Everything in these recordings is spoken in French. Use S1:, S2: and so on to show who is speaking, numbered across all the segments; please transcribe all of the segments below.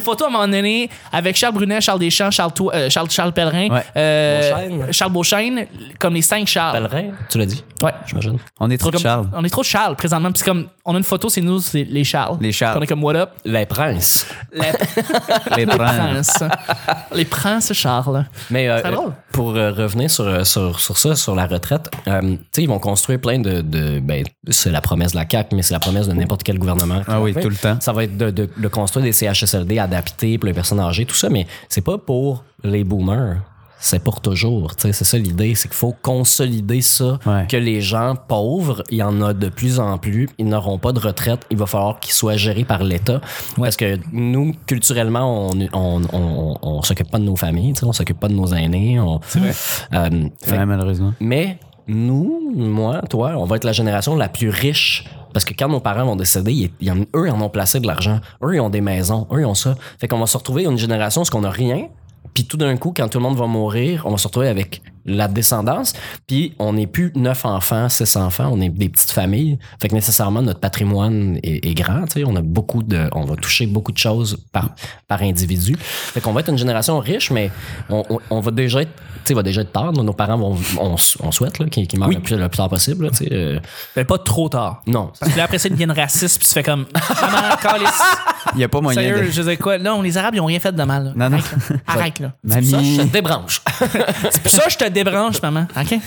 S1: photo à un moment donné avec Charles Brunet, Charles Deschamps, Charles, Tou- euh, Charles, Charles Pellerin,
S2: Ouais.
S1: euh,
S3: Beauchesne.
S1: Charles Beauchesne, comme les cinq Charles.
S3: Pellerin, hein? tu l'as dit,
S1: Ouais.
S3: j'imagine.
S2: On est trop de
S1: Comme-
S2: Charles.
S1: On est trop Charles présentement. Puis c'est comme, on a une photo, c'est nous, c'est les Charles.
S2: Les Charles.
S1: Puis On est comme, what up?
S3: Les princes.
S1: Les
S2: Les princes.
S1: princes. les princes Charles.
S3: Mais euh,
S1: C'est drôle.
S3: euh, pour euh, revenir sur, euh, sur, sur ça, sur la retraite, euh, tu sais, ils vont construire plein de. de- ben, c'est la promesse de la CAQ, mais c'est la promesse de n'importe quel gouvernement.
S2: Ah oui,
S3: Enfin,
S2: tout le temps.
S3: Ça va être de, de- de construire des CHSLD adaptés pour les personnes âgées, tout ça, mais c'est pas pour les boomers. C'est pour toujours. tu sais, C'est ça l'idée, c'est qu'il faut consolider ça,
S2: Ouais.
S3: que les gens pauvres, il y en a de plus en plus, ils n'auront pas de retraite, il va falloir qu'ils soient gérés par l'État. Parce que nous, culturellement, on on, on, on s'occupe pas de nos familles, tu sais, on s'occupe pas de nos aînés. on- Euh, fait-
S2: Ouais, malheureusement.
S3: mais nous, moi, toi, on va être la génération la plus riche. Parce que quand nos parents vont décéder, ils- ils en- eux, ils en ont placé de l'argent. Eux, ils ont des maisons. Eux, ils ont ça. Fait qu'on va se retrouver une génération, ce qu'on n'a rien. Puis tout d'un coup, quand tout le monde va mourir, on va se retrouver avec la descendance. Puis on n'est plus neuf enfants, six enfants. On est des petites familles. Fait que nécessairement, notre patrimoine est, est grand. tu sais. On a beaucoup de, on va toucher beaucoup de choses par, par individu. Fait qu'on va être une génération riche, mais on, on- on va déjà être, tu sais, va déjà être tard. là. Nos parents vont, on, s- on souhaite là, qu'ils qu'ils meurent le, plus, le plus tard possible. là, tu sais, euh,
S1: Mais pas trop tard.
S3: non.
S1: Parce que là, après ça, ils deviennent racistes, puis tu fais comme. Maman, calisse.
S2: Il n'y a pas moyen
S1: Sérieux,
S2: de...
S1: je disais quoi? Non, les Arabes, ils ont rien fait de mal. là.
S2: Non, non.
S1: Arrête, là.
S3: Ça,
S2: Mamie.
S3: je te débranche.
S1: Puis ça, je te débranche, maman. OK?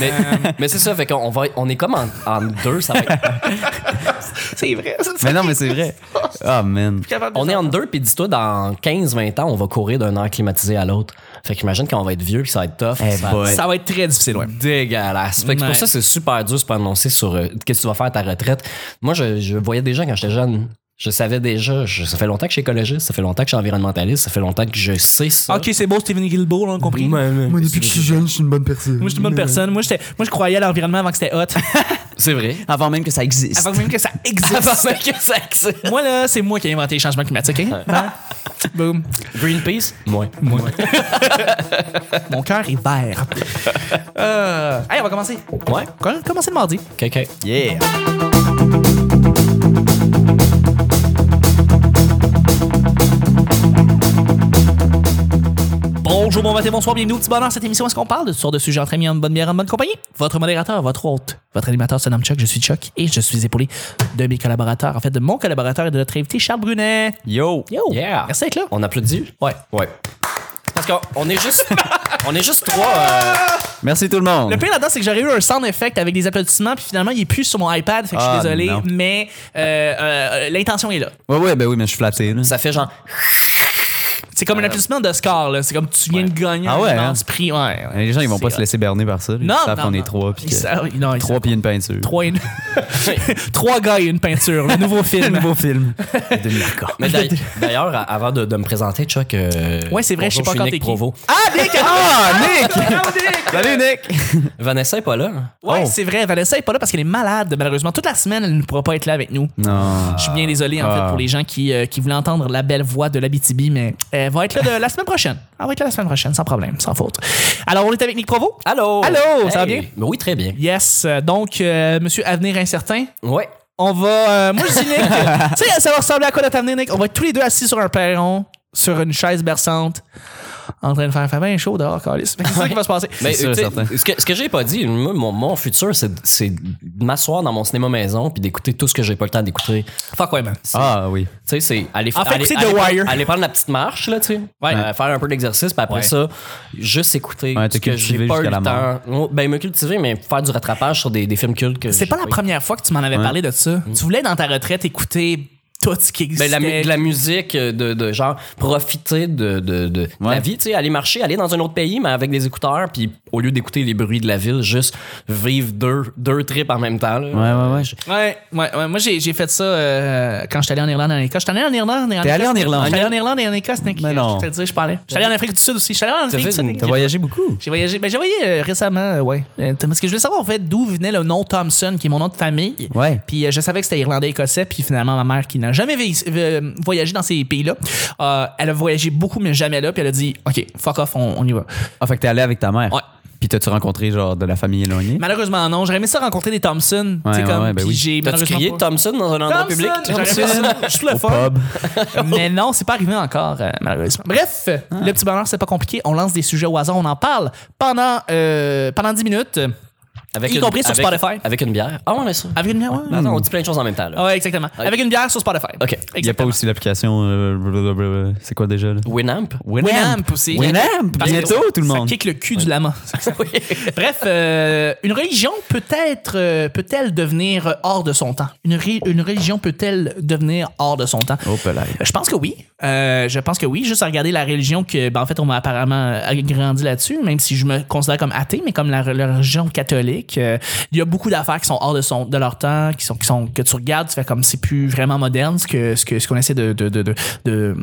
S3: mais mais c'est ça, fait qu'on va, on est comme en, en deux. Ça va être-
S1: C'est vrai.
S2: Mais non, mais c'est vrai. Ah, man.
S3: on est en deux, puis dis-toi, dans 15-20 ans, on va courir d'un air climatisé à l'autre. Fait qu'imagine quand on va être vieux, puis ça va être tough.
S2: Eh
S3: ça-
S2: boy.
S1: Ça va être très difficile, ouais.
S3: dégueulasse. Fait que c'est
S1: Ouais.
S3: pour ça, que c'est super dur de se pas annoncer sur euh, qu'est-ce que tu vas faire à ta retraite. Moi, je, je voyais déjà quand j'étais jeune. Je savais déjà, je- ça fait longtemps que je suis écologiste, ça fait longtemps que je suis environnementaliste, ça fait longtemps que je sais ça.
S1: OK, c'est beau, Steven Guilbeault, on a compris. Moi,
S3: Ouais, ouais.
S4: Moi, depuis que je suis jeune, je suis une bonne personne.
S1: je suis une bonne personne. Moi, j'étais- moi, je croyais à l'environnement avant que c'était hot.
S3: C'est vrai.
S2: Avant même que ça existe.
S1: avant même que ça
S3: Avant
S1: existe.
S3: même que ça existe.
S1: moi, là, c'est moi qui ai inventé les changements climatiques, OK? Hein? Boom.
S3: Greenpeace? Moi.
S1: Mon cœur est vert. Euh, hey, on va commencer.
S3: Ouais.
S1: On va commencer le mardi.
S3: OK, OK.
S2: Yeah.
S1: Bonjour, bon matin, bonsoir, bienvenue au petit bonheur. Cette émission, où est-ce qu'on parle de ce genre de sujet entre amis, en bonne bière, en bonne compagnie? Votre modérateur, votre hôte, votre animateur se nomme Chuck, je suis Chuck et je suis épaulé de mes collaborateurs, en fait de mon collaborateur et de notre invité Charles Brunet.
S2: Yo.
S1: Yo!
S3: Yeah.
S1: Merci d'être là.
S3: On applaudit?
S1: Ouais.
S3: Ouais. Parce qu'on on est juste. on est juste trois. euh,
S2: Merci tout le monde.
S1: Le pire là-dedans, c'est que j'aurais eu un sound effect avec des applaudissements, puis finalement, il est plus sur mon iPad, fait que je suis
S2: Ah,
S1: désolé,
S2: non.
S1: mais euh, euh, l'intention est là.
S2: Ouais, ouais, ben oui, mais je suis flatté. là.
S3: ça fait genre.
S1: C'est comme un applaudissement de score, là. C'est comme tu viens de gagner
S2: Ah
S1: un
S2: ouais,
S1: immense
S2: hein?
S1: prix. Ouais, ouais.
S2: Les gens, ils vont
S1: C'est
S2: pas se
S1: hot.
S2: laisser berner par ça. là. Ils
S1: Non,
S2: savent
S1: non,
S2: qu'on
S1: non.
S2: est trois. Puis
S1: Ils
S2: que-
S1: savent- non, ils
S2: Trois
S1: savent.
S2: puis une peinture.
S1: Trois, et une- Trois gars et une peinture, le nouveau film.
S2: Nouveau film de Mirko.
S3: Mais d'ailleurs- d'ailleurs, à- avant de, de me présenter, Chuck. euh,
S1: Ouais, c'est vrai, je sais
S3: bonjour,
S1: pas
S3: suis
S1: quand t'es
S3: Nick
S1: qui.
S3: Provo.
S1: Ah, Nick!
S2: Ah, Nick! Salut, Nick!
S3: Vanessa est pas là. hein?
S1: Ouais,
S2: Oh.
S1: c'est vrai, Vanessa est pas là parce qu'elle est malade, malheureusement. Toute la semaine, elle ne pourra pas être là avec nous.
S2: Non.
S1: Je suis bien désolé, en
S2: Ah.
S1: fait, pour les gens qui, euh, qui voulaient entendre la belle voix de l'Abitibi, mais elle va être là de- la semaine prochaine. Elle va être là la semaine prochaine, sans problème, sans faute. Alors, on est avec Nick Provo.
S3: Allô?
S1: Allô, ça va bien?
S3: Ben Oui, très bien.
S1: Yes, euh, donc, euh, monsieur Avenir Incertain,
S3: Ouais.
S1: on va. euh, moi, je dis Nick. euh, tu sais, ça va ressembler à quoi notre avenir, Nick? On va être tous les deux assis sur un perron, sur une chaise berçante, en train de faire, faire bien chaud dehors, Carlis. C'est ça qui va se passer.
S3: Mais
S2: sûr,
S3: euh, tu sais,
S2: certain.
S3: ce que, ce que j'ai pas dit, moi, mon, mon futur, c'est de- c'est de m'asseoir dans mon cinéma maison puis d'écouter tout ce que j'ai pas le temps d'écouter.
S1: Fuck ouais, man.
S2: Ah oui.
S3: Tu sais, c'est aller,
S1: En fait,
S3: aller,
S1: c'est The
S3: aller prendre-
S1: Wire.
S3: aller prendre la petite marche, là, tu sais. Euh, faire un peu d'exercice, puis après
S1: Ouais.
S3: ça, juste écouter
S2: Ouais, te
S3: ce que j'ai
S2: cultiver
S3: pas eu
S2: jusqu'à
S3: le
S2: la
S3: temps. Oh, Ben, me cultiver, mais faire du rattrapage sur des, des films cultes que
S1: C'est
S3: j'ai
S1: pas la
S3: écoutés.
S1: première fois que tu m'en avais parlé de ça. Tu voulais, dans ta retraite, écouter tout ce qui existait.
S3: Ben, la, mu- de la musique, euh, de, de genre profiter de, de, de la vie, tu sais, aller marcher, aller dans un autre pays, mais avec des écouteurs, puis au lieu d'écouter les bruits de la ville, juste vivre deux, deux trips en même temps. là.
S2: Ouais, ouais, ouais.
S1: Ouais, ouais, ouais. Moi, j'ai, j'ai fait ça euh, quand j'étais allé en Irlande et en Écosse. J'étais allé en Irlande et en
S2: T'es allé en Irlande?
S1: J'étais allé en Irlande et en Écosse, Nick.
S2: Mais non.
S1: Je te le dis, je parlais. J'étais allé en Afrique du Sud aussi. J'étais allé en Afrique
S3: fait
S1: du Sud.
S3: une-
S1: Nick.
S2: T'as voyagé beaucoup?
S1: J'ai voyagé. Ben, j'ai voyagé euh, récemment, euh, ouais. Euh, parce que je voulais savoir, en fait, d'où venait le nom Thompson, qui est mon nom de famille.
S2: Ouais.
S1: Puis euh, je savais que c'était irlandais-écossais. Puis finalement, ma mère, qui n'a jamais vi- euh, voyagé dans ces pays-là, euh, elle a voyagé beaucoup, mais jamais là. Puis elle a dit, OK, fuck off, on, on y va.
S2: Ah, fait que t'es allé avec ta mère.
S1: Ouais.
S2: Puis Puis t'as-tu rencontré genre de la famille éloignée?
S1: Malheureusement, non. J'aurais aimé ça rencontrer des Thompson. tu
S2: Ouais,
S1: sais,
S2: ouais,
S1: comme,
S2: ouais, ben
S1: puis
S2: oui.
S1: j'ai
S3: T'as-tu
S1: malheureusement
S3: crié
S1: pas-
S3: Thompson dans un endroit public?
S1: J'aurais aimé ça. Juste le
S2: Au
S1: fun.
S2: pub.
S1: Mais non, c'est pas arrivé encore, euh, malheureusement. Bref, le petit bonheur, c'est pas compliqué. On lance des sujets au hasard, on en parle pendant, euh, pendant 10 minutes.
S3: Avec
S1: Y compris sur
S3: avec-
S1: Spotify.
S3: Avec une bière. Ah ouais, mais ça.
S1: Avec une bière, ouais. Ah
S3: Non, non, Ah, on dit plein de choses en même temps. Là.
S1: Ouais, exactement. Avec une bière sur Spotify.
S2: Il
S3: OK.
S2: n'y a pas
S1: Exactement.
S2: aussi l'application. euh, blablabla. c'est quoi déjà? Là?
S3: Winamp?
S1: Winamp aussi.
S2: Winamp!
S1: Parce que
S2: Bientôt, tout le
S1: Ça
S2: monde.
S1: kick le cul du lama. Bref, euh, une religion peut-être euh, peut-elle devenir euh, hors de son temps Une, ri- une religion peut-elle devenir hors de son temps
S2: Oh, peut-être.
S1: Je pense que oui. Euh, je pense que oui. Juste à regarder la religion que, ben, en fait, on m'a apparemment euh, grandi là-dessus, même si je me considère comme athée, mais comme la, la religion catholique, euh, il y a beaucoup d'affaires qui sont hors de, son, de leur temps, qui sont, qui sont, que tu regardes, tu fais comme c'est plus vraiment moderne ce que ce que ce qu'on essaie de, de, de, de, de,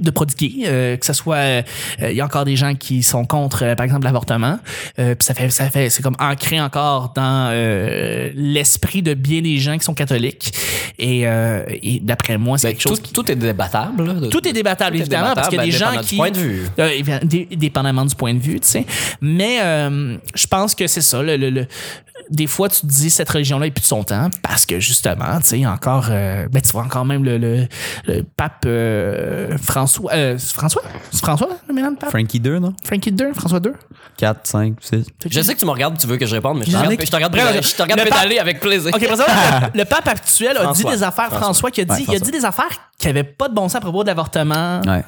S1: de prodiguer. euh, que ce soit, euh, euh, il y a encore des gens qui sont contre, euh, par exemple, l'avortement. Euh, puis ça fait, ça fait, c'est comme ancré encore dans euh, l'esprit de bien des gens qui sont catholiques. Et, euh, et d'après moi, c'est
S3: Ben,
S1: quelque chose
S3: tout, tout est débattable. là.
S1: tout est débattable,
S3: Tout est
S1: évidemment, parce qu'il y a des gens
S3: débattable, ben, dépendant du
S1: qui.
S3: point de vue.
S1: Euh, évi- dé- dépendamment du point de vue, tu sais. Mais euh, je pense que c'est ça. le- le- le- Des fois, tu te dis cette religion-là est plus de son temps parce que justement, tu sais, encore. euh, ben, tu vois encore même le, le- le pape euh, François. euh, c'est François C'est François, le mélange de pape
S2: Frankie 2, non?
S1: Frankie II, François II
S2: 4, 5, 6.
S3: Je sais que tu me regardes, tu veux que je réponde, mais je te
S1: Yannick-
S3: regarde, je te regarde pédaler, je te regarde
S1: Le pape-
S3: pédaler avec plaisir.
S1: OK, par exemple, le pape actuel a
S3: François.
S1: dit des affaires, François, qui a dit,
S2: Ouais,
S1: il a
S2: François.
S1: dit des affaires qui n'avaient pas de bon sens à propos de l'avortement,
S2: Ouais.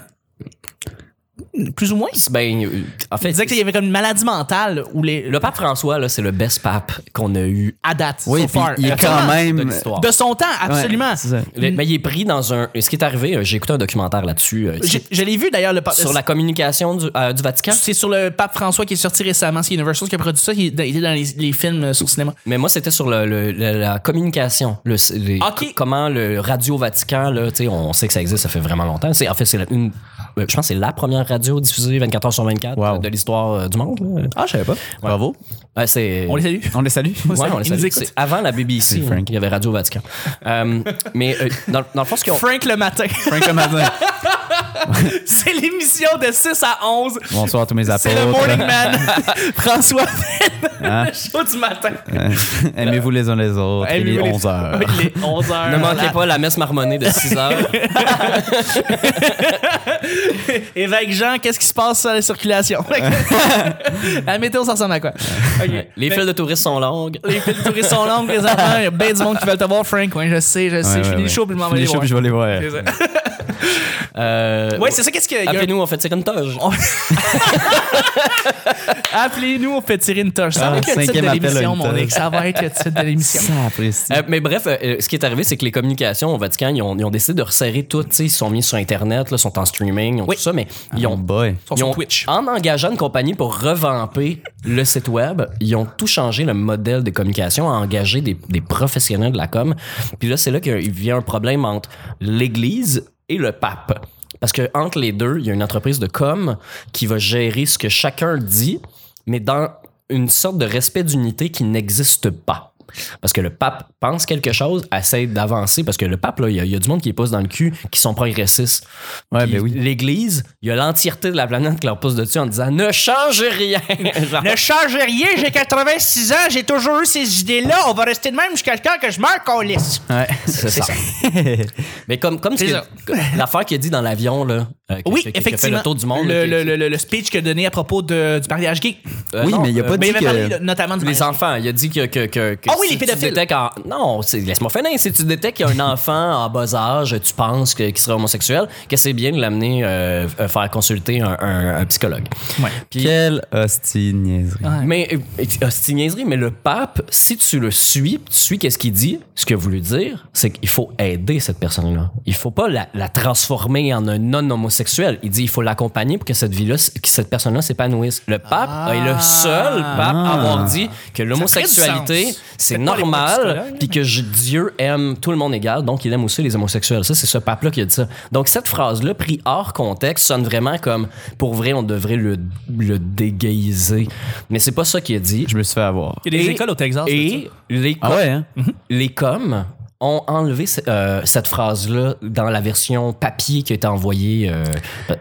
S1: plus ou moins.
S3: Ben, euh, en
S1: Il
S3: fait,
S1: disait qu'il y avait comme une maladie mentale où les,
S3: le pape François, là, c'est le best pape qu'on a eu
S1: à date.
S2: Oui,
S1: so
S2: puis
S1: far.
S2: il est
S1: Absolument.
S2: quand
S3: de
S2: même.
S3: l'histoire.
S1: De son temps, absolument.
S2: Ouais, c'est ça.
S3: Le- Mais il est pris dans un. Ce qui est arrivé, euh, j'ai écouté un documentaire là-dessus. euh,
S1: J'ai- je l'ai vu d'ailleurs le pape.
S3: sur la communication du, euh, du Vatican.
S1: C'est sur le pape François qui est sorti récemment. C'est Universal qui a produit ça. Il, est dans- il était dans les, les films euh, sur le cinéma.
S3: Mais moi, c'était sur le, le- le- la communication. Le, les-
S1: Ok.
S3: co- Comment le Radio Vatican, là, tu sais, on sait que ça existe, ça fait vraiment longtemps. C'est- En fait, c'est la- une. euh, Je pense que c'est la première radio diffusée 24 heures sur 24
S2: Wow.
S3: euh, de l'histoire euh, du monde. là.
S1: Ah, je savais pas.
S2: Bravo.
S3: Ouais, c'est.
S1: On les salue.
S2: On les salue.
S1: les
S3: Ouais,
S1: salue.
S3: on les
S1: Ils nous
S3: salue.
S1: écoutent.
S3: C'est Avant la BBC,
S2: C'est Frank.
S3: hein, il y avait Radio Vatican. Euh, mais euh, dans, dans le fond, ce qu'ils ont-
S1: Frank le matin.
S2: Frank le matin.
S1: C'est l'émission de 6 à 11.
S2: Bonsoir tous mes apôtres.
S1: C'est le Morning Man. François,
S2: Oh, Hein?
S1: le show du matin.
S2: Euh, Aimez-vous les uns les autres. Il est
S1: Aimez-vous les-
S2: 11 heures.
S1: Oui, Il est 11 heures.
S3: Ne manquez pas la messe marmonnée de 6 heures.
S1: Évêque Jean, qu'est-ce qui se passe sur la circulation? la météo, ça ressemble à quoi? Ok.
S3: Les files de touristes sont longues.
S1: Les fils touristes sont longs, les enfants. Il y a bien du monde qui veulent te voir, Frank. Ouais, je sais, je sais.
S2: Ouais,
S1: je
S2: ouais,
S1: finis le
S2: ouais.
S1: show, puis je m'en vais
S2: Finis
S1: les
S2: le show,
S1: voir.
S2: puis je vais les voir.
S1: C'est ça.
S3: Euh,
S1: Ouais, c'est ça. Qu'est-ce qu'il y a?
S3: Appelez-nous, en fait, c'est une toge.
S1: Appelez-nous, on fait tirer une toche. Ça
S2: Ah,
S1: va être le titre
S2: cinquième
S1: de
S2: appel à
S1: l'émission,
S2: une
S1: mon
S2: toche.
S1: ex. Ça va être le titre de l'émission.
S2: Sapristi.
S3: Euh, mais bref, euh, euh, ce qui est arrivé, c'est que les communications au Vatican, ils ont, ils ont décidé de resserrer tout. tu sais, Ils sont mis sur Internet, là, sont en streaming, ils ont tout ça, mais ils
S2: Mon
S3: ont.
S2: Oh, boy.
S1: sont
S3: ils
S1: sur
S3: ont-
S1: Twitch.
S3: En engageant une compagnie pour revamper le site web, ils ont tout changé le modèle de communication, à engager des, des professionnels de la com. Puis là, c'est là qu'il vient un problème entre l'Église et le pape. Parce que entre les deux, il y a une entreprise de com qui va gérer ce que chacun dit, mais dans une sorte de respect d'unité qui n'existe pas. Parce que le pape pense quelque chose, essaie d'avancer, parce que le pape, là, il y, a- il y a du monde qui les pousse dans le cul, qui sont progressistes.
S1: Ah,
S2: Ouais,
S3: Puis
S2: ben oui.
S3: L'Église, il y a l'entièreté de la planète qui leur pousse dessus en disant Ne change rien Genre,
S1: Ne change rien, j'ai 86 ans, j'ai toujours eu ces idées-là. On va rester de même jusqu'à le temps que je meurs qu'on lisse.
S2: Ouais.
S3: C'est ça. Mais comme, comme ce
S1: C'est
S3: que-
S1: ça.
S3: l'affaire qu'il a dit dans l'avion, là, euh, que-
S1: Oui,
S3: que- que- que fait
S1: effectivement.
S3: le tour du monde,
S1: Le,
S3: là, que-
S1: le- le- le speech qu'il a donné à propos de- du mariage gay.
S3: euh,
S2: Oui,
S3: non,
S2: mais il n'y a
S3: euh,
S2: pas
S1: Mais il
S2: dit
S1: avait parlé
S2: que.
S1: de- notamment du
S3: Les
S1: mariage
S3: enfants, il a dit que. que, que- que
S1: Ah oui,
S3: si
S1: les pédophiles.
S3: Tu détectes en- Non, c'est- laisse-moi finir. Si tu détectes qu'il y a un enfant en bas âge, tu penses que- qu'il serait homosexuel, que c'est bien de l'amener euh, euh, faire consulter un, un- un psychologue.
S1: gay. Ouais.
S3: Puis-
S2: Quelle hostie niaiserie.
S1: Ouais.
S3: Mais, euh, euh, c'est une niaiserie, mais le pape, si tu le suis, tu suis qu'est-ce qu'il dit, ce qu'il a voulu dire, c'est qu'il faut aider cette personne-là. Il faut pas la, la transformer en un non-homosexuel. Il dit il faut l'accompagner pour que cette vie-là, que cette personne-là s'épanouisse. Le pape
S1: Ah.
S3: est le seul pape à avoir dit que
S1: du
S3: l'homosexualité,
S1: sens.
S3: c'est
S1: C'est pas les
S3: normal,
S1: psychologues,
S3: puis que je- Dieu aime tout le monde égal, donc il aime aussi les homosexuels. Ça, c'est ce pape-là qui a dit ça. Donc, cette phrase-là, pris hors contexte, sonne vraiment comme pour vrai, on devrait le, le déguiser. Mais c'est pas ça qu'il a dit.
S2: Je me suis fait avoir.
S1: Il Mm-hmm. y a des
S3: Et- Ah
S1: écoles au Texas.
S3: Et les, com-
S2: Ah ouais, hein?
S3: les coms ont enlevé ce- euh, cette phrase-là dans la version papier qui a été envoyée, euh,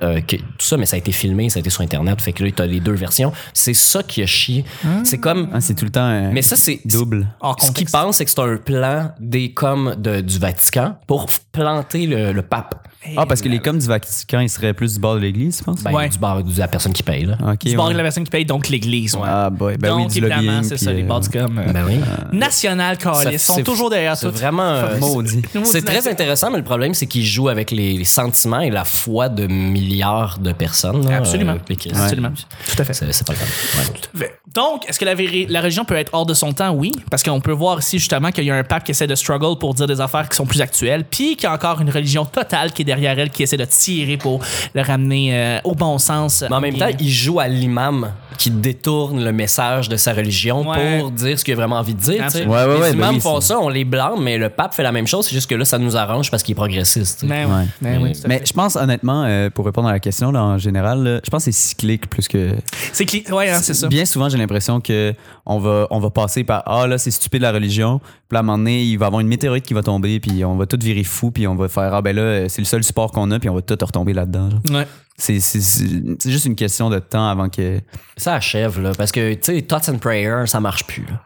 S3: euh, que- tout ça, mais ça a été filmé, ça a été sur Internet, fait que là, t'as les deux versions. C'est ça qui a chié. C'est comme...
S2: Ah, c'est tout le temps un
S3: Mais ça, c'est...
S2: double.
S1: Hors
S3: Ce qu'ils
S1: contexte.
S3: pensent, c'est que c'est un plan des coms de- du Vatican pour f- planter le, le pape.
S2: Ah, parce que les coms du Vatican, ils seraient plus du bord de l'église, je pense.
S3: Ben,
S1: Eh, Ouais.
S3: du bord de la personne qui paye, là.
S2: Ok,
S1: Ben, Du
S2: ouais.
S1: bord de la personne qui paye, donc l'Église. ouais.
S2: Ah, boy. Ben
S1: donc,
S2: oui, du
S1: évidemment,
S2: lobbying.
S1: c'est
S2: puis,
S1: ça, les
S2: euh,
S1: Bordcom.
S3: Ben oui.
S1: National,
S3: Ça-
S1: Ils sont
S3: c'est-
S1: toujours derrière
S3: C'est
S1: tout.
S3: vraiment... euh,
S2: Maudit.
S1: Maudit
S3: C'est très
S1: national.
S3: intéressant, mais le problème, c'est qu'il joue avec les, les sentiments et la foi de milliards de personnes. là,
S1: Absolument.
S3: euh, les chrétiens.
S1: Absolument. Tout à fait.
S3: C'est c'est pas grave. Ouais.
S1: Donc, est-ce que la, véri- la religion peut être hors de son temps? Oui, parce qu'on peut voir ici justement qu'il y a un pape qui essaie de struggle pour dire des affaires qui sont plus actuelles, puis qu'il y a encore une religion totale qui est derrière elle, qui essaie de tirer pour le ramener euh, au bon sens.
S3: Mais en même
S1: Et-
S3: temps, il joue à l'imam qui détourne le message de sa religion
S1: Ouais.
S3: pour dire ce qu'il a vraiment envie de dire. tu sais.
S1: Absolument.
S2: Ouais, ouais,
S3: les
S2: ouais, ben
S3: imams
S2: oui,
S3: font
S2: c'est-
S3: ça, on les blâme, mais le pape fait la même chose. C'est juste que là, ça nous arrange parce qu'il est progressiste. tu sais.
S1: Ben oui,
S2: Ouais.
S1: ben oui, tout à
S2: Mais
S1: fait.
S2: je pense honnêtement, euh, pour répondre à la question là, en général, là, je pense que c'est cyclique plus que.
S1: c'est cli- ouais, hein, c'est ça.
S2: Bien souvent, j'ai l'impression que on va, on va passer par Ah là, c'est stupide la religion. Puis là, à un moment donné, il va y avoir une météorite qui va tomber, puis on va tout virer fou, puis on va faire Ah ben là, euh, c'est le seul support qu'on a, puis on va tout retomber là-dedans. genre.
S1: Ouais.
S2: C'est c'est- c'est- c'est juste une question de temps avant que.
S3: Ça achève, là, parce que, tu sais, Thoughts and Prayer, ça marche plus. là.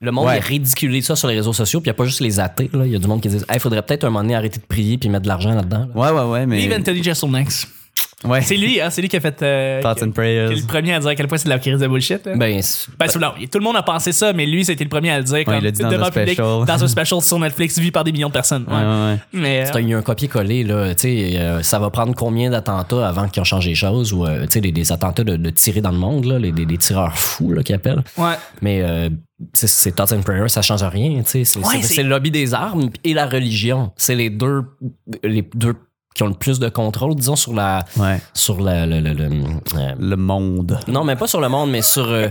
S3: Le monde
S2: Ouais.
S3: est ridiculé de ça sur les réseaux sociaux, puis il n'y a pas juste les athées. là. Il y a du monde qui disent il faudrait peut-être un moment donné arrêter de prier puis mettre de l'argent là-dedans. là.
S2: Ouais, ouais, ouais, mais.
S1: Leave Anthony Jeselnik.
S2: Ouais.
S1: C'est lui, hein, c'est lui qui a fait. euh,
S2: Thoughts
S1: qui-
S2: and prayers.
S1: qui est le premier à dire à quel point c'est de la crise de bullshit. là.
S3: Ben, c'est-
S1: Ben, c'est- non, tout le monde a pensé ça, mais lui, c'était le premier à le dire. comme,
S2: il l'a dit dans
S1: devant
S2: un
S1: public,
S2: special.
S1: dans un special sur Netflix, vu par des millions de personnes. Ouais.
S2: Ouais, ouais, ouais.
S1: Mais, euh,
S3: c'est un- il y a un copier-coller, là. Tu sais, euh, ça va prendre combien d'attentats avant qu'ils ont changé les choses ou, euh, tu sais, des, des attentats de, de tirer dans le monde, là, les, des, des tireurs fous, là, qui appellent.
S1: ouais.
S3: Mais, euh, tu sais, c'est Thoughts and Prayer, ça change rien, tu sais. C'est
S1: Ouais,
S3: c'est-
S1: c'est-
S3: c'est le lobby des armes et la religion. C'est les deux, les deux qui ont le plus de contrôle, disons, sur la.
S2: Ouais.
S3: Sur la, le- le- le- euh,
S2: Le monde.
S3: Non, mais pas sur le monde, mais sur euh,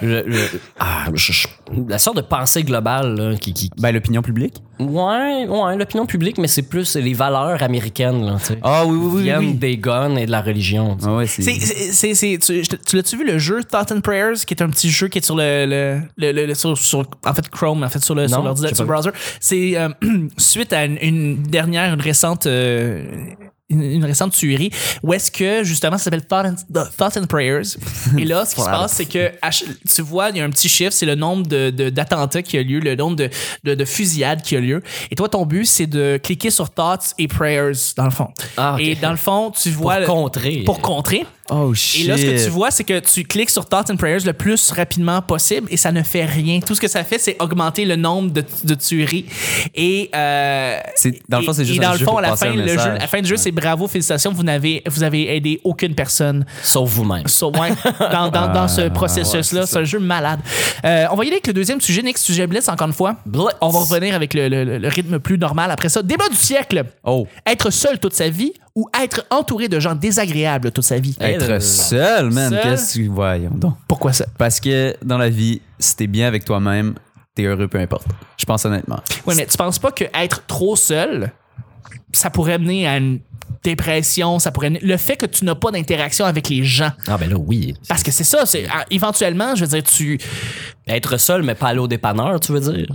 S3: le- le- ah, je- je- la sorte de pensée globale là, qui, qui-
S2: Ben, l'opinion publique.
S3: Ouais, ouais, l'opinion publique, mais c'est plus les valeurs américaines. Là, tu sais.
S2: Ah oui, oui, oui,
S3: Viennent
S2: oui.
S3: des guns et de la religion. tu sais.
S2: Ah, ouais, c'est.
S1: C'est- c'est- c'est- c'est- tu je te- tu l'as-tu vu le jeu Thought and Prayers, qui est un petit jeu qui est sur le, le, le- le- le- sur, sur- en fait Chrome, en fait sur le sur
S3: Non,
S1: l'ordi-
S3: j'ai pas
S1: sur le
S3: vu.
S1: browser. C'est euh, suite à une, une dernière, une récente. euh, une une récente tuerie où est-ce que justement ça s'appelle Thought and, Thought and Prayers et là ce qui se passe c'est que à ch- tu vois il y a un petit chiffre c'est le nombre de- de- d'attentats qui a lieu le nombre de, de, de fusillades qui a lieu et toi ton but c'est de cliquer sur Thoughts et Prayers dans le fond
S3: Ah, ok.
S1: et dans le fond tu
S3: Pour
S1: vois le-
S3: contrer.
S1: pour contrer
S2: Oh
S1: et
S2: shit.
S1: là, ce que tu vois, c'est que tu cliques sur Thoughts and Prayers le plus rapidement possible et ça ne fait rien. Tout ce que ça fait, c'est augmenter le nombre de, de tueries. Et euh,
S2: C'est- dans le fond,
S1: et-
S2: c'est juste
S1: et dans
S2: un
S1: le
S2: jeu
S1: fond,
S2: pour
S1: à la
S2: passer
S1: fin,
S2: un
S1: le jeu,
S2: message.
S1: à la fin du jeu, c'est bravo, félicitations, vous n'avez, vous avez aidé aucune personne
S3: Sauf vous-même.
S1: So, ouais, dans, dans, dans
S2: Ah,
S1: ce processus-là. c'est un jeu malade. Euh, on va y aller avec le deuxième sujet, Nick, sujet Blitz, encore une fois.
S3: Blitz.
S1: On va revenir avec le, le- le- le rythme plus normal après ça. Débat du siècle.
S2: Oh.
S1: Être seul toute sa vie ou être entouré de gens désagréables toute sa vie.
S2: Être seul, man.
S1: Seul.
S2: Qu'est-ce que. Voyons donc.
S1: Pourquoi ça?
S2: Parce que dans la vie, si t'es bien avec toi-même, t'es heureux peu importe. Je pense honnêtement.
S1: Oui, mais tu penses pas que être trop seul, ça pourrait mener à une dépression, ça pourrait le fait que tu n'as pas d'interaction avec les gens
S3: Ah, ben là, oui.
S1: parce que c'est ça c'est ah, éventuellement je veux dire tu
S3: Être seul, mais pas aller au dépanneur, tu veux dire?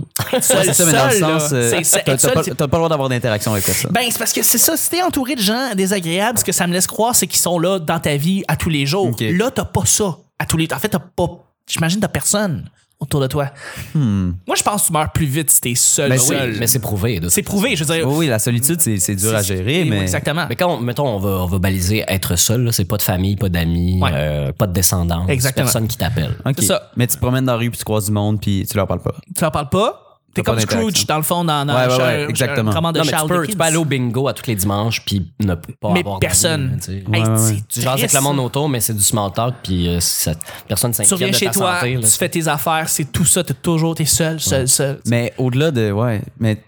S1: seul,
S2: C'est ça,
S1: seul,
S2: mais dans
S1: là,
S2: le sens. euh,
S1: c'est- c'est-
S2: t'as
S1: être
S2: t'as
S1: seul,
S2: pas,
S1: c'est-
S2: t'as pas le droit d'avoir d'interaction avec personne.
S1: ben c'est parce que c'est ça si t'es entouré de gens désagréables ce que ça me laisse croire c'est qu'ils sont là dans ta vie à tous les jours
S2: Ok.
S1: là t'as pas ça à tous les en fait t'as pas j'imagine t'as personne autour de toi moi je pense que tu meurs plus vite si t'es seul
S2: Hmm. Ben, Mais
S3: Ben Oui,
S1: seul.
S3: mais c'est prouvé. de-
S1: c'est prouvé je veux dire
S2: Oui, oui, la solitude, c'est c'est dur à gérer, mais.
S1: exactement
S3: Mais quand, on- mettons, on va, on va baliser être seul, là, c'est pas de famille, pas d'amis,
S1: Ouais.
S3: euh, pas de descendants,
S1: Exactement.
S3: personne qui t'appelle.
S2: Ok.
S1: c'est ça.
S2: Mais tu te promènes dans la rue puis tu croises du monde puis tu leur parles pas.
S1: tu leur parles pas. T'es
S2: T'as pas
S1: comme Scrooge
S2: d'interaction.
S1: dans le fond dans, dans
S2: Ouais,
S1: un-
S2: ouais, ouais,
S1: un- un
S2: exactement.
S1: roman de
S3: Non, mais tu
S1: Charles
S3: peux,
S1: Dickens.
S3: tu peux aller au bingo à tous les dimanches puis ne pas
S1: mais
S3: avoir d'amis,
S1: personne.
S3: tu sais.
S1: Hey,
S2: Ouais, ouais,
S1: c'est
S2: ouais.
S3: Tu jases avec
S1: triste.
S3: le monde autour, mais c'est du small talk, puis euh, ça- personne
S1: Tu
S3: s'inquiète
S1: reviens
S3: de ta
S1: chez toi,
S3: santé. là.
S1: tu fais tes affaires, c'est tout ça, t'es toujours t'es seul, seul, seul.
S2: Mais au-delà de. Ouais. Mais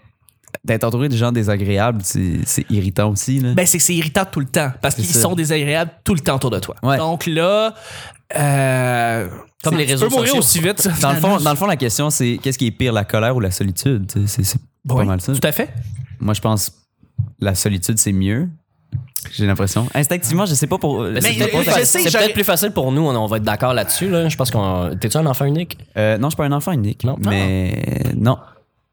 S2: d'être entouré de gens désagréables, c'est c'est irritant aussi, là.
S1: Ben c'est que c'est irritant tout le temps parce qu'ils
S2: ça.
S1: sont désagréables tout le temps autour de toi.
S2: Ouais.
S1: Donc là, euh,
S3: Comme les réseaux
S1: tu peux mourir
S3: sociaux.
S1: aussi vite. ça,
S2: Dans le, fond,
S1: finalement.
S2: dans le fond, la question, c'est qu'est-ce qui est pire, la colère ou la solitude? Tu sais, C'est c'est pas
S1: Oui,
S2: mal ça.
S1: Tout à fait.
S2: Moi, je pense la solitude, c'est mieux. J'ai l'impression. Instinctivement, je sais pas pour.
S3: Mais c'est
S1: il-
S3: peut-être
S1: il-
S3: plus,
S1: je
S3: facile-
S1: sais,
S3: c'est
S1: j'aurais-
S3: peut-être plus facile pour nous, on, on va être d'accord là-dessus. Là. Je pense qu'on. T'es-tu un enfant unique?
S2: Euh, non, je suis pas un enfant unique.
S3: Non.
S2: mais non.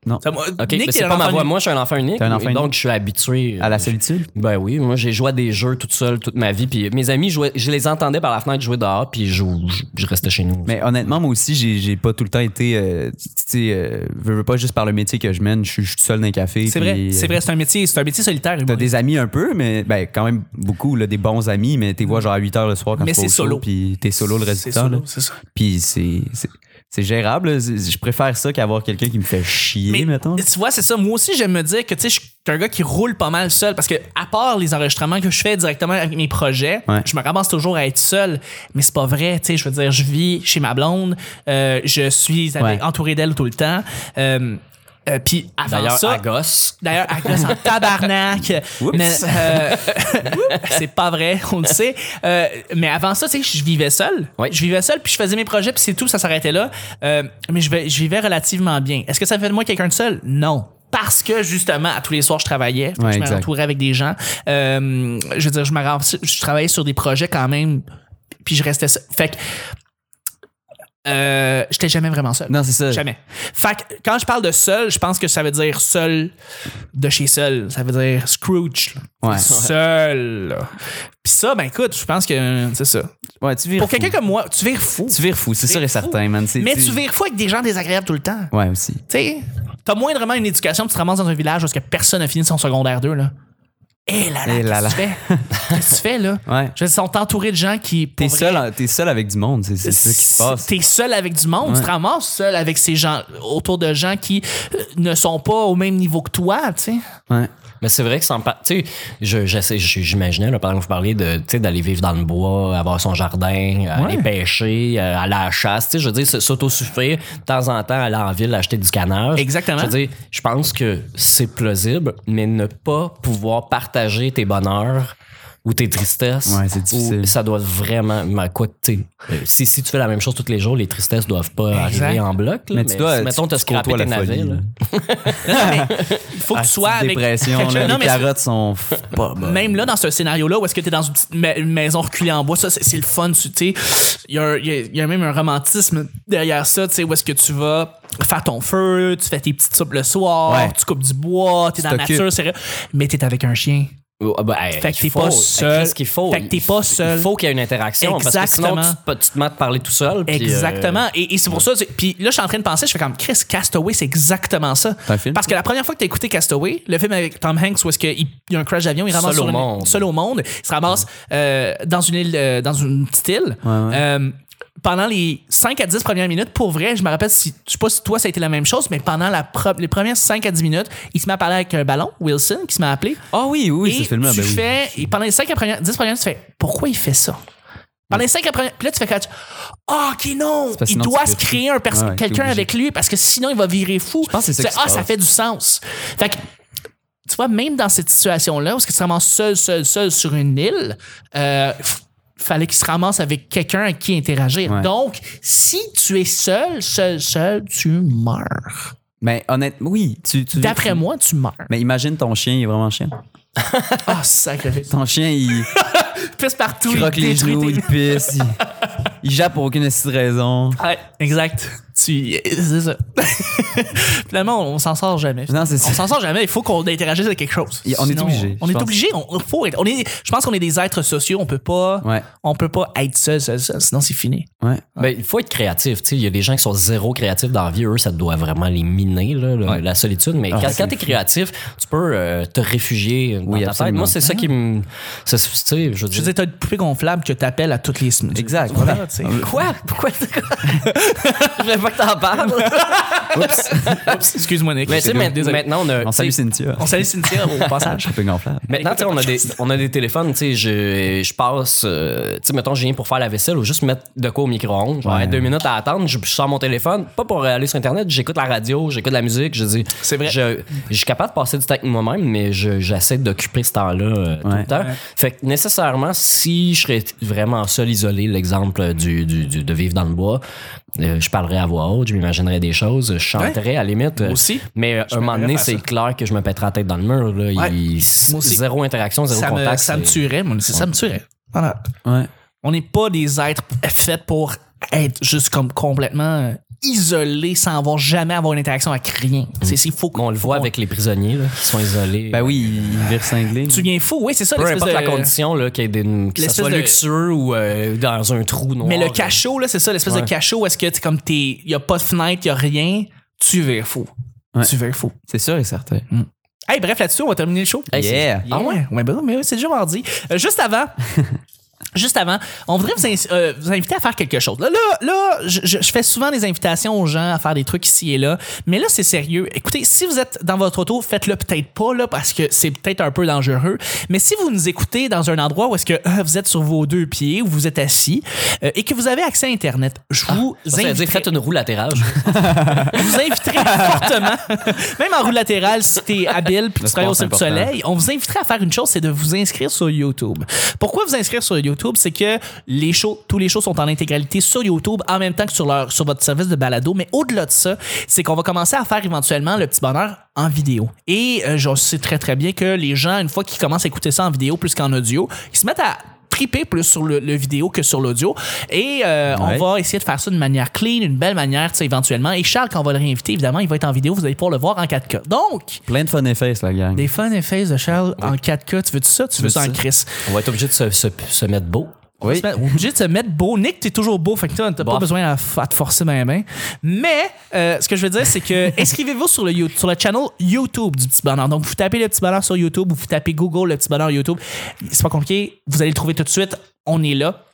S2: Non.
S1: Ça, Ben, moi,
S3: OK,
S1: Nick,
S3: mais
S1: il
S3: c'est
S1: a
S3: pas
S1: un
S3: ma
S1: enfant
S3: voix.
S1: unique.
S3: Moi, je suis un enfant unique.
S2: T'es un enfant
S3: et donc,
S2: unique.
S3: je suis habitué.
S2: À la solitude?
S3: Ben oui, moi, j'ai joué à des jeux toute seule toute ma vie. Puis mes amis, jouaient- je les entendais par la fenêtre jouer dehors, puis je, je- je restais chez nous.
S2: Mais honnêtement, moi aussi, j'ai, j'ai pas tout le temps été. euh, tu sais, euh, veux, veux pas juste par le métier que je mène, je suis je suis tout seul dans un café.
S1: C'est
S2: puis,
S1: vrai,
S2: euh,
S1: c'est vrai, c'est un métier, c'est un métier solitaire.
S2: T'as
S1: humoriste.
S2: des amis un peu, mais ben, quand même beaucoup, là, des bons amis, mais t'es vois genre à 8 h le soir quand
S1: Mais
S2: tu vas au
S1: c'est
S2: show,
S1: solo.
S2: Puis t'es solo le reste
S1: C'est
S2: du temps.
S1: solo,
S2: là.
S1: c'est ça.
S2: Puis c'est, c'est, c'est gérable. là. C'est- Je préfère ça qu'avoir quelqu'un qui me fait chier,
S1: Mais
S2: mettons.
S1: tu vois, c'est ça. Moi aussi, j'aime me dire que tu sais, je suis un gars qui roule pas mal seul parce que, à part les enregistrements que je fais directement avec mes projets,
S2: Ouais.
S1: je me ramasse toujours à être seul. Mais c'est pas vrai, tu sais. Je veux dire, je vis chez ma blonde, euh, je suis avec-
S2: Ouais.
S1: entouré d'elle tout le temps. Euh, euh, Puis avant
S3: D'ailleurs,
S1: ça,
S3: à gosse.
S1: D'ailleurs, Agnes en tabarnak. Mais, euh, c'est pas vrai, on le sait. Euh, mais avant ça, tu sais, je vivais seul.
S3: Oui.
S1: Je vivais seul, puis je faisais mes projets, puis c'est tout, ça s'arrêtait là. Euh, mais je, vais- je vivais relativement bien. Est-ce que ça fait de moi quelqu'un de seul? Non. Parce que justement, à tous les soirs, je travaillais.
S2: Ouais,
S1: je
S2: exact.
S1: m'entourais avec des gens. Euh, je veux dire, je, me ram- je travaillais sur des projets quand même, puis je restais seul. Fait que euh, j'étais jamais vraiment seul.
S2: Non, c'est ça.
S1: Jamais. Fait que quand je parle de seul, je pense que ça veut dire seul de chez seul. Ça veut dire Scrooge. là.
S2: Ouais.
S1: Seul. là. Puis ça, ben écoute, je pense que euh, c'est ça.
S2: Ouais, tu vires
S1: Pour
S2: fou.
S1: quelqu'un comme moi, tu vires fou.
S2: Tu vires fou, c'est
S1: Tu
S2: sûr et
S1: vires
S2: certain,
S1: fou.
S2: man. C'est-
S1: Mais tu vires fou avec des gens désagréables tout le temps.
S2: Ouais, aussi.
S1: Tu sais, t'as moindrement une éducation, tu te ramasses dans un village où est-ce que personne n'a fini son secondaire 2, là. Eh là là,
S2: Eh là
S1: qu'est-ce que tu fais? Qu'est-ce que tu fais, là?
S2: Ouais.
S1: Je veux dire, ils sont entourés de gens qui. pour
S2: T'es
S1: vrai,
S2: seul, en- t'es seul avec du monde, c'est, c'est ça qui se passe.
S1: T'es seul avec du monde, tu te ramasses seul avec ces gens autour de gens qui euh, ne sont pas au même niveau que toi, tu sais.
S2: Ouais.
S3: Mais c'est vrai que sans pa- tu sais, je- j'essaie- je- j'imaginais là, pendant que vous parliez de, tu sais, d'aller vivre dans le bois, avoir son jardin, euh, aller pêcher, euh, aller à la chasse, tu sais, je veux dire, s- s'autosuffire, de temps en temps aller en ville acheter du canard.
S1: Exactement.
S3: Je veux dire, je pense que c'est plausible, mais ne pas pouvoir partager tes bonheurs ou tes tristesses,
S2: Ouais, c'est difficile.
S3: ou- ça doit vraiment, mais quoi, tu sais, euh, si, si tu fais la même chose tous les jours, les tristesses doivent pas
S1: Exact.
S3: arriver en bloc. là,
S2: Mais tu dois-
S3: si, mettons,
S2: tu-
S3: t'as
S2: tu
S3: scrappé
S2: côtoies
S3: tes
S2: la
S3: navets.
S2: folie,
S3: là.
S2: là.
S1: Il faut que tu
S2: Asti de
S1: sois avec.
S2: Ah, dépression,
S1: quelque-
S2: là,
S1: Non,
S2: les
S1: mais
S2: carottes sont f- pas
S1: c'est-
S2: bonnes.
S1: Même là, dans ce scénario-là, où est-ce que t'es dans une petite ma- une maison reculée en bois, ça, c'est c'est le fun, tu tu sais. Il y, a un- il y a- il y a même un romantisme derrière ça, tu sais, où est-ce que tu vas faire ton feu, tu fais tes petites soupes le soir,
S2: Ouais.
S1: tu coupes du bois, t'es dans la
S2: t'occupes.
S1: nature, c'est vrai. Mais t'es avec un chien.
S3: Oh, ah, ben, hey,
S1: Fait que
S3: il
S1: t'es
S3: faut.
S1: pas seul.
S3: Qu'est-ce qu'il faut?
S1: Fait que t'es pas seul.
S3: Il faut qu'il y ait une interaction. Parce que sinon,
S1: Exactement.
S3: tu, te- tu te mets à te parler tout seul. puis, euh,
S1: Exactement. Et, et c'est pour ça. tu- Puis là, je suis en train de penser, je fais comme Chris Castaway, c'est exactement ça.
S2: C'est un film,
S1: Parce que la première fois que tu as écouté Castaway, le film avec Tom Hanks, où est-ce qu'il il y a un crash d'avion, il ramasse
S3: Seul
S1: sur
S3: au
S1: une-
S3: monde.
S1: seul au monde, il se ramasse euh, dans une île, euh, dans une petite île. Euh, pendant les 5 à 10 premières minutes, pour vrai, je me rappelle, si, je sais pas si toi ça a été la même chose, mais pendant la pro- les premières 5 à 10 minutes, il se met à parler avec un ballon, Wilson, qui se met à appeler.
S2: Ah oui, oui,
S1: Et
S2: ce film-là.
S1: tu
S2: ben oui.
S1: fais, et pendant les 5 premières, 10 premières, tu fais, pourquoi il fait ça? Pendant les 5 premières, puis là, tu fais catch. Ah, ok, non!
S2: parce que
S1: Il
S2: sinon,
S1: doit
S2: tu
S1: se
S2: fais
S1: créer un perso-
S2: Ouais, ouais, t'es
S1: quelqu'un
S2: obligé.
S1: avec lui parce que sinon, il va virer fou.
S2: pense que c'est
S1: Tu
S2: ça
S1: fais,
S2: qui se
S1: Ah, ça
S2: passe.
S1: fait du sens. Fait que, tu vois, même dans cette situation-là, où est-ce que tu te ramasses seul, seul, seul sur une île, euh, f- fallait qu'il se ramasse avec quelqu'un avec qui interagir.
S2: Ouais.
S1: Donc, si tu es seul, seul, seul, tu meurs.
S2: Mais honnêtement, Ben, oui. Tu, tu-
S1: D'après moi, tu meurs.
S2: Mais imagine ton chien, il est vraiment chien.
S1: Ah, sacré.
S2: Ton chien, il
S1: Pisse partout. il
S2: croque les
S1: détruit tes-
S2: genoux, il pisse, il, il jappe pour aucune petite raison.
S1: Ouais, exact. Tu, c'est ça. Finalement, on, on s'en sort jamais.
S2: Non, c'est ça.
S1: On s'en sort jamais. Il faut qu'on interagisse avec quelque chose.
S2: Et on est obligé,
S1: On
S2: je
S1: est
S2: pense.
S1: obligé. On, on faut être- on est, je pense qu'on est des êtres sociaux. On peut pas.
S2: Ouais.
S1: On peut pas être seul, seul, seul. Sinon, c'est fini.
S2: Ouais.
S3: Ben, il faut être créatif. tu sais. Il y a des gens qui sont zéro créatifs dans la vie. Eux, ça doit vraiment les miner, là, le- la solitude. Mais
S1: Ah,
S3: quand,
S2: c'est
S3: quand t'es créatif, tu peux euh, te réfugier dans
S2: Oui,
S3: ta tête.
S2: absolument.
S3: Moi, c'est ça qui me. c'est- Tu sais, je veux
S1: Je veux
S3: dire.
S1: dire, t'as une poupée gonflable que t'appelles à toutes les semaines.
S2: Exact.
S1: Voilà, tu sais.
S3: Quoi? Pourquoi? je voulais pas que t'en parles.
S1: Oups, Excuse-moi, Nick.
S3: Mais tu sais,
S1: Désolé.
S3: maintenant, maintenant, on a.
S2: Euh, On salue
S3: tu sais,
S2: Cynthia.
S1: On salue Cynthia au passage.
S2: Un peu gonflable.
S3: Maintenant, tu sais, on a des, on a des téléphones, tu sais, je, je passe, euh, tu sais, mettons, je viens pour faire la vaisselle ou juste mettre de quoi au micro-ondes. Genre,
S2: Ouais.
S3: hey, deux minutes à attendre, je, je sors mon téléphone, pas pour aller sur Internet, j'écoute la radio, j'écoute la musique, je dis.
S1: C'est vrai.
S3: Je, je suis capable de passer du temps avec moi-même, mais je- j'essaie d'occuper ce temps-là euh, tout
S2: Ouais.
S3: le temps. Fait que nécessairement, si je serais vraiment seul, isolé, l'exemple du, du- du- de vivre dans le bois, euh, je parlerais à voix haute, je m'imaginerais des choses, je chanterais à la limite. euh,
S1: aussi.
S3: Mais euh, un moment donné,
S1: faire
S3: c'est clair que je me pèterais la tête dans le mur. Là.
S1: Ouais.
S3: Il-
S1: Moi aussi.
S3: zéro interaction, zéro
S1: Ça me,
S3: contact.
S1: ça me
S3: c'est-
S1: tuerait, moi. C'est- Ça me tuerait. Voilà.
S2: Ouais.
S1: On n'est pas des êtres faits pour être juste comme complètement euh, isolés sans avoir jamais avoir une interaction avec rien. C'est c'est faux.
S3: Bon, on le voit avec les prisonniers là, qui sont isolés.
S2: Ben oui, il vire cinglé.
S1: Tu viens fou, oui, c'est ça.
S3: Peu
S1: l'espèce
S3: importe
S1: de-
S3: la condition, là, qu'il y ait des- que ça
S1: l'espèce
S3: soit
S1: de-
S3: luxueux ou euh, dans un trou noir.
S1: Mais le
S3: là.
S1: cachot, là, c'est ça, l'espèce
S3: Ouais.
S1: de cachot où est-ce que t'es comme t'es. Y a pas de fenêtre, y a rien. Tu vires fou.
S2: Ouais.
S1: Tu vires fou.
S2: C'est sûr et certain.
S1: Hey, bref, là-dessus, on va terminer le show.
S3: Hey, c'est-
S2: Yeah.
S1: Ah ouais, ouais, ben, mais oui, c'est déjà mardi. Euh, juste avant. Juste avant, on voudrait vous, in- euh, vous inviter à faire quelque chose. Là, là, là je, je- je fais souvent des invitations aux gens à faire des trucs ici et là, mais là, c'est sérieux. Écoutez, si vous êtes dans votre auto, faites-le peut-être pas, là, parce que c'est peut-être un peu dangereux. Mais si vous nous écoutez dans un endroit où est-ce que euh, vous êtes sur vos deux pieds, où vous êtes assis, euh, et que vous avez accès à Internet, je vous
S3: Ça veut dire
S1: inviterai-
S3: faites une roue latérale.
S1: je vous inviterai fortement, même en roue latérale, si t'es habile puis que
S2: Le
S1: tu travailles au
S2: sport,
S1: Cirque du
S2: c'est important.
S1: Soleil, on vous inviterait à faire une chose, c'est de vous inscrire sur YouTube. Pourquoi vous inscrire sur YouTube? C'est que les shows, tous les shows sont en intégralité sur YouTube en même temps que sur, leur, sur votre service de balado. Mais au-delà de ça, c'est qu'on va commencer à faire éventuellement le petit bonheur en vidéo. Et euh, je sais très très bien que les gens, une fois qu'ils commencent à écouter ça en vidéo plus qu'en audio, ils se mettent à triper plus sur le, le vidéo que sur l'audio. Et euh, on
S2: Ouais.
S1: va essayer de faire ça d'une manière clean, une belle manière, tu sais, éventuellement. Et Charles, quand on va le réinviter, évidemment, il va être en vidéo, vous allez pouvoir le voir en 4K. Donc,
S2: Plein de fun effets, la gang.
S1: des fun effets de Charles en 4K, tu veux ça? Tu veux
S2: veux
S1: ça en
S2: ça.
S1: Chris?
S3: On va être obligé de se, se- se mettre beau.
S2: Oui.
S1: On est obligé de se mettre beau. Nick, t'es toujours beau, fait que toi, t'as pas
S3: Bof.
S1: besoin à, à te forcer ben ben. Mais euh, ce que je veux dire, c'est que inscrivez-vous sur le You- sur le channel YouTube du Petit Bonheur. Donc, vous tapez le Petit Bonheur sur YouTube, ou vous tapez Google le Petit Bonheur YouTube. C'est pas compliqué, vous allez le trouver tout de suite. On est là.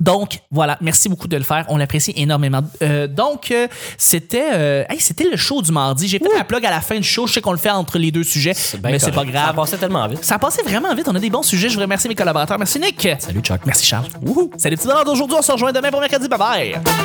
S1: Donc voilà, merci beaucoup de le faire, on l'apprécie énormément. Euh, donc euh, c'était euh, hey, c'était le show du mardi. J'ai fait la plug à la fin du show, je sais qu'on le fait entre les deux sujets,
S3: bien
S1: mais c'est pas
S3: correct. Ça
S1: grave.
S3: passait tellement vite.
S1: Ça a passé vraiment vite, on a des bons sujets. Je veux remercier mes collaborateurs. Merci Nick.
S3: Salut, Chuck.
S1: Merci Charles. Wouhou. Salut petits d'aujourd'hui, on se rejoint demain pour mercredi. Bye bye.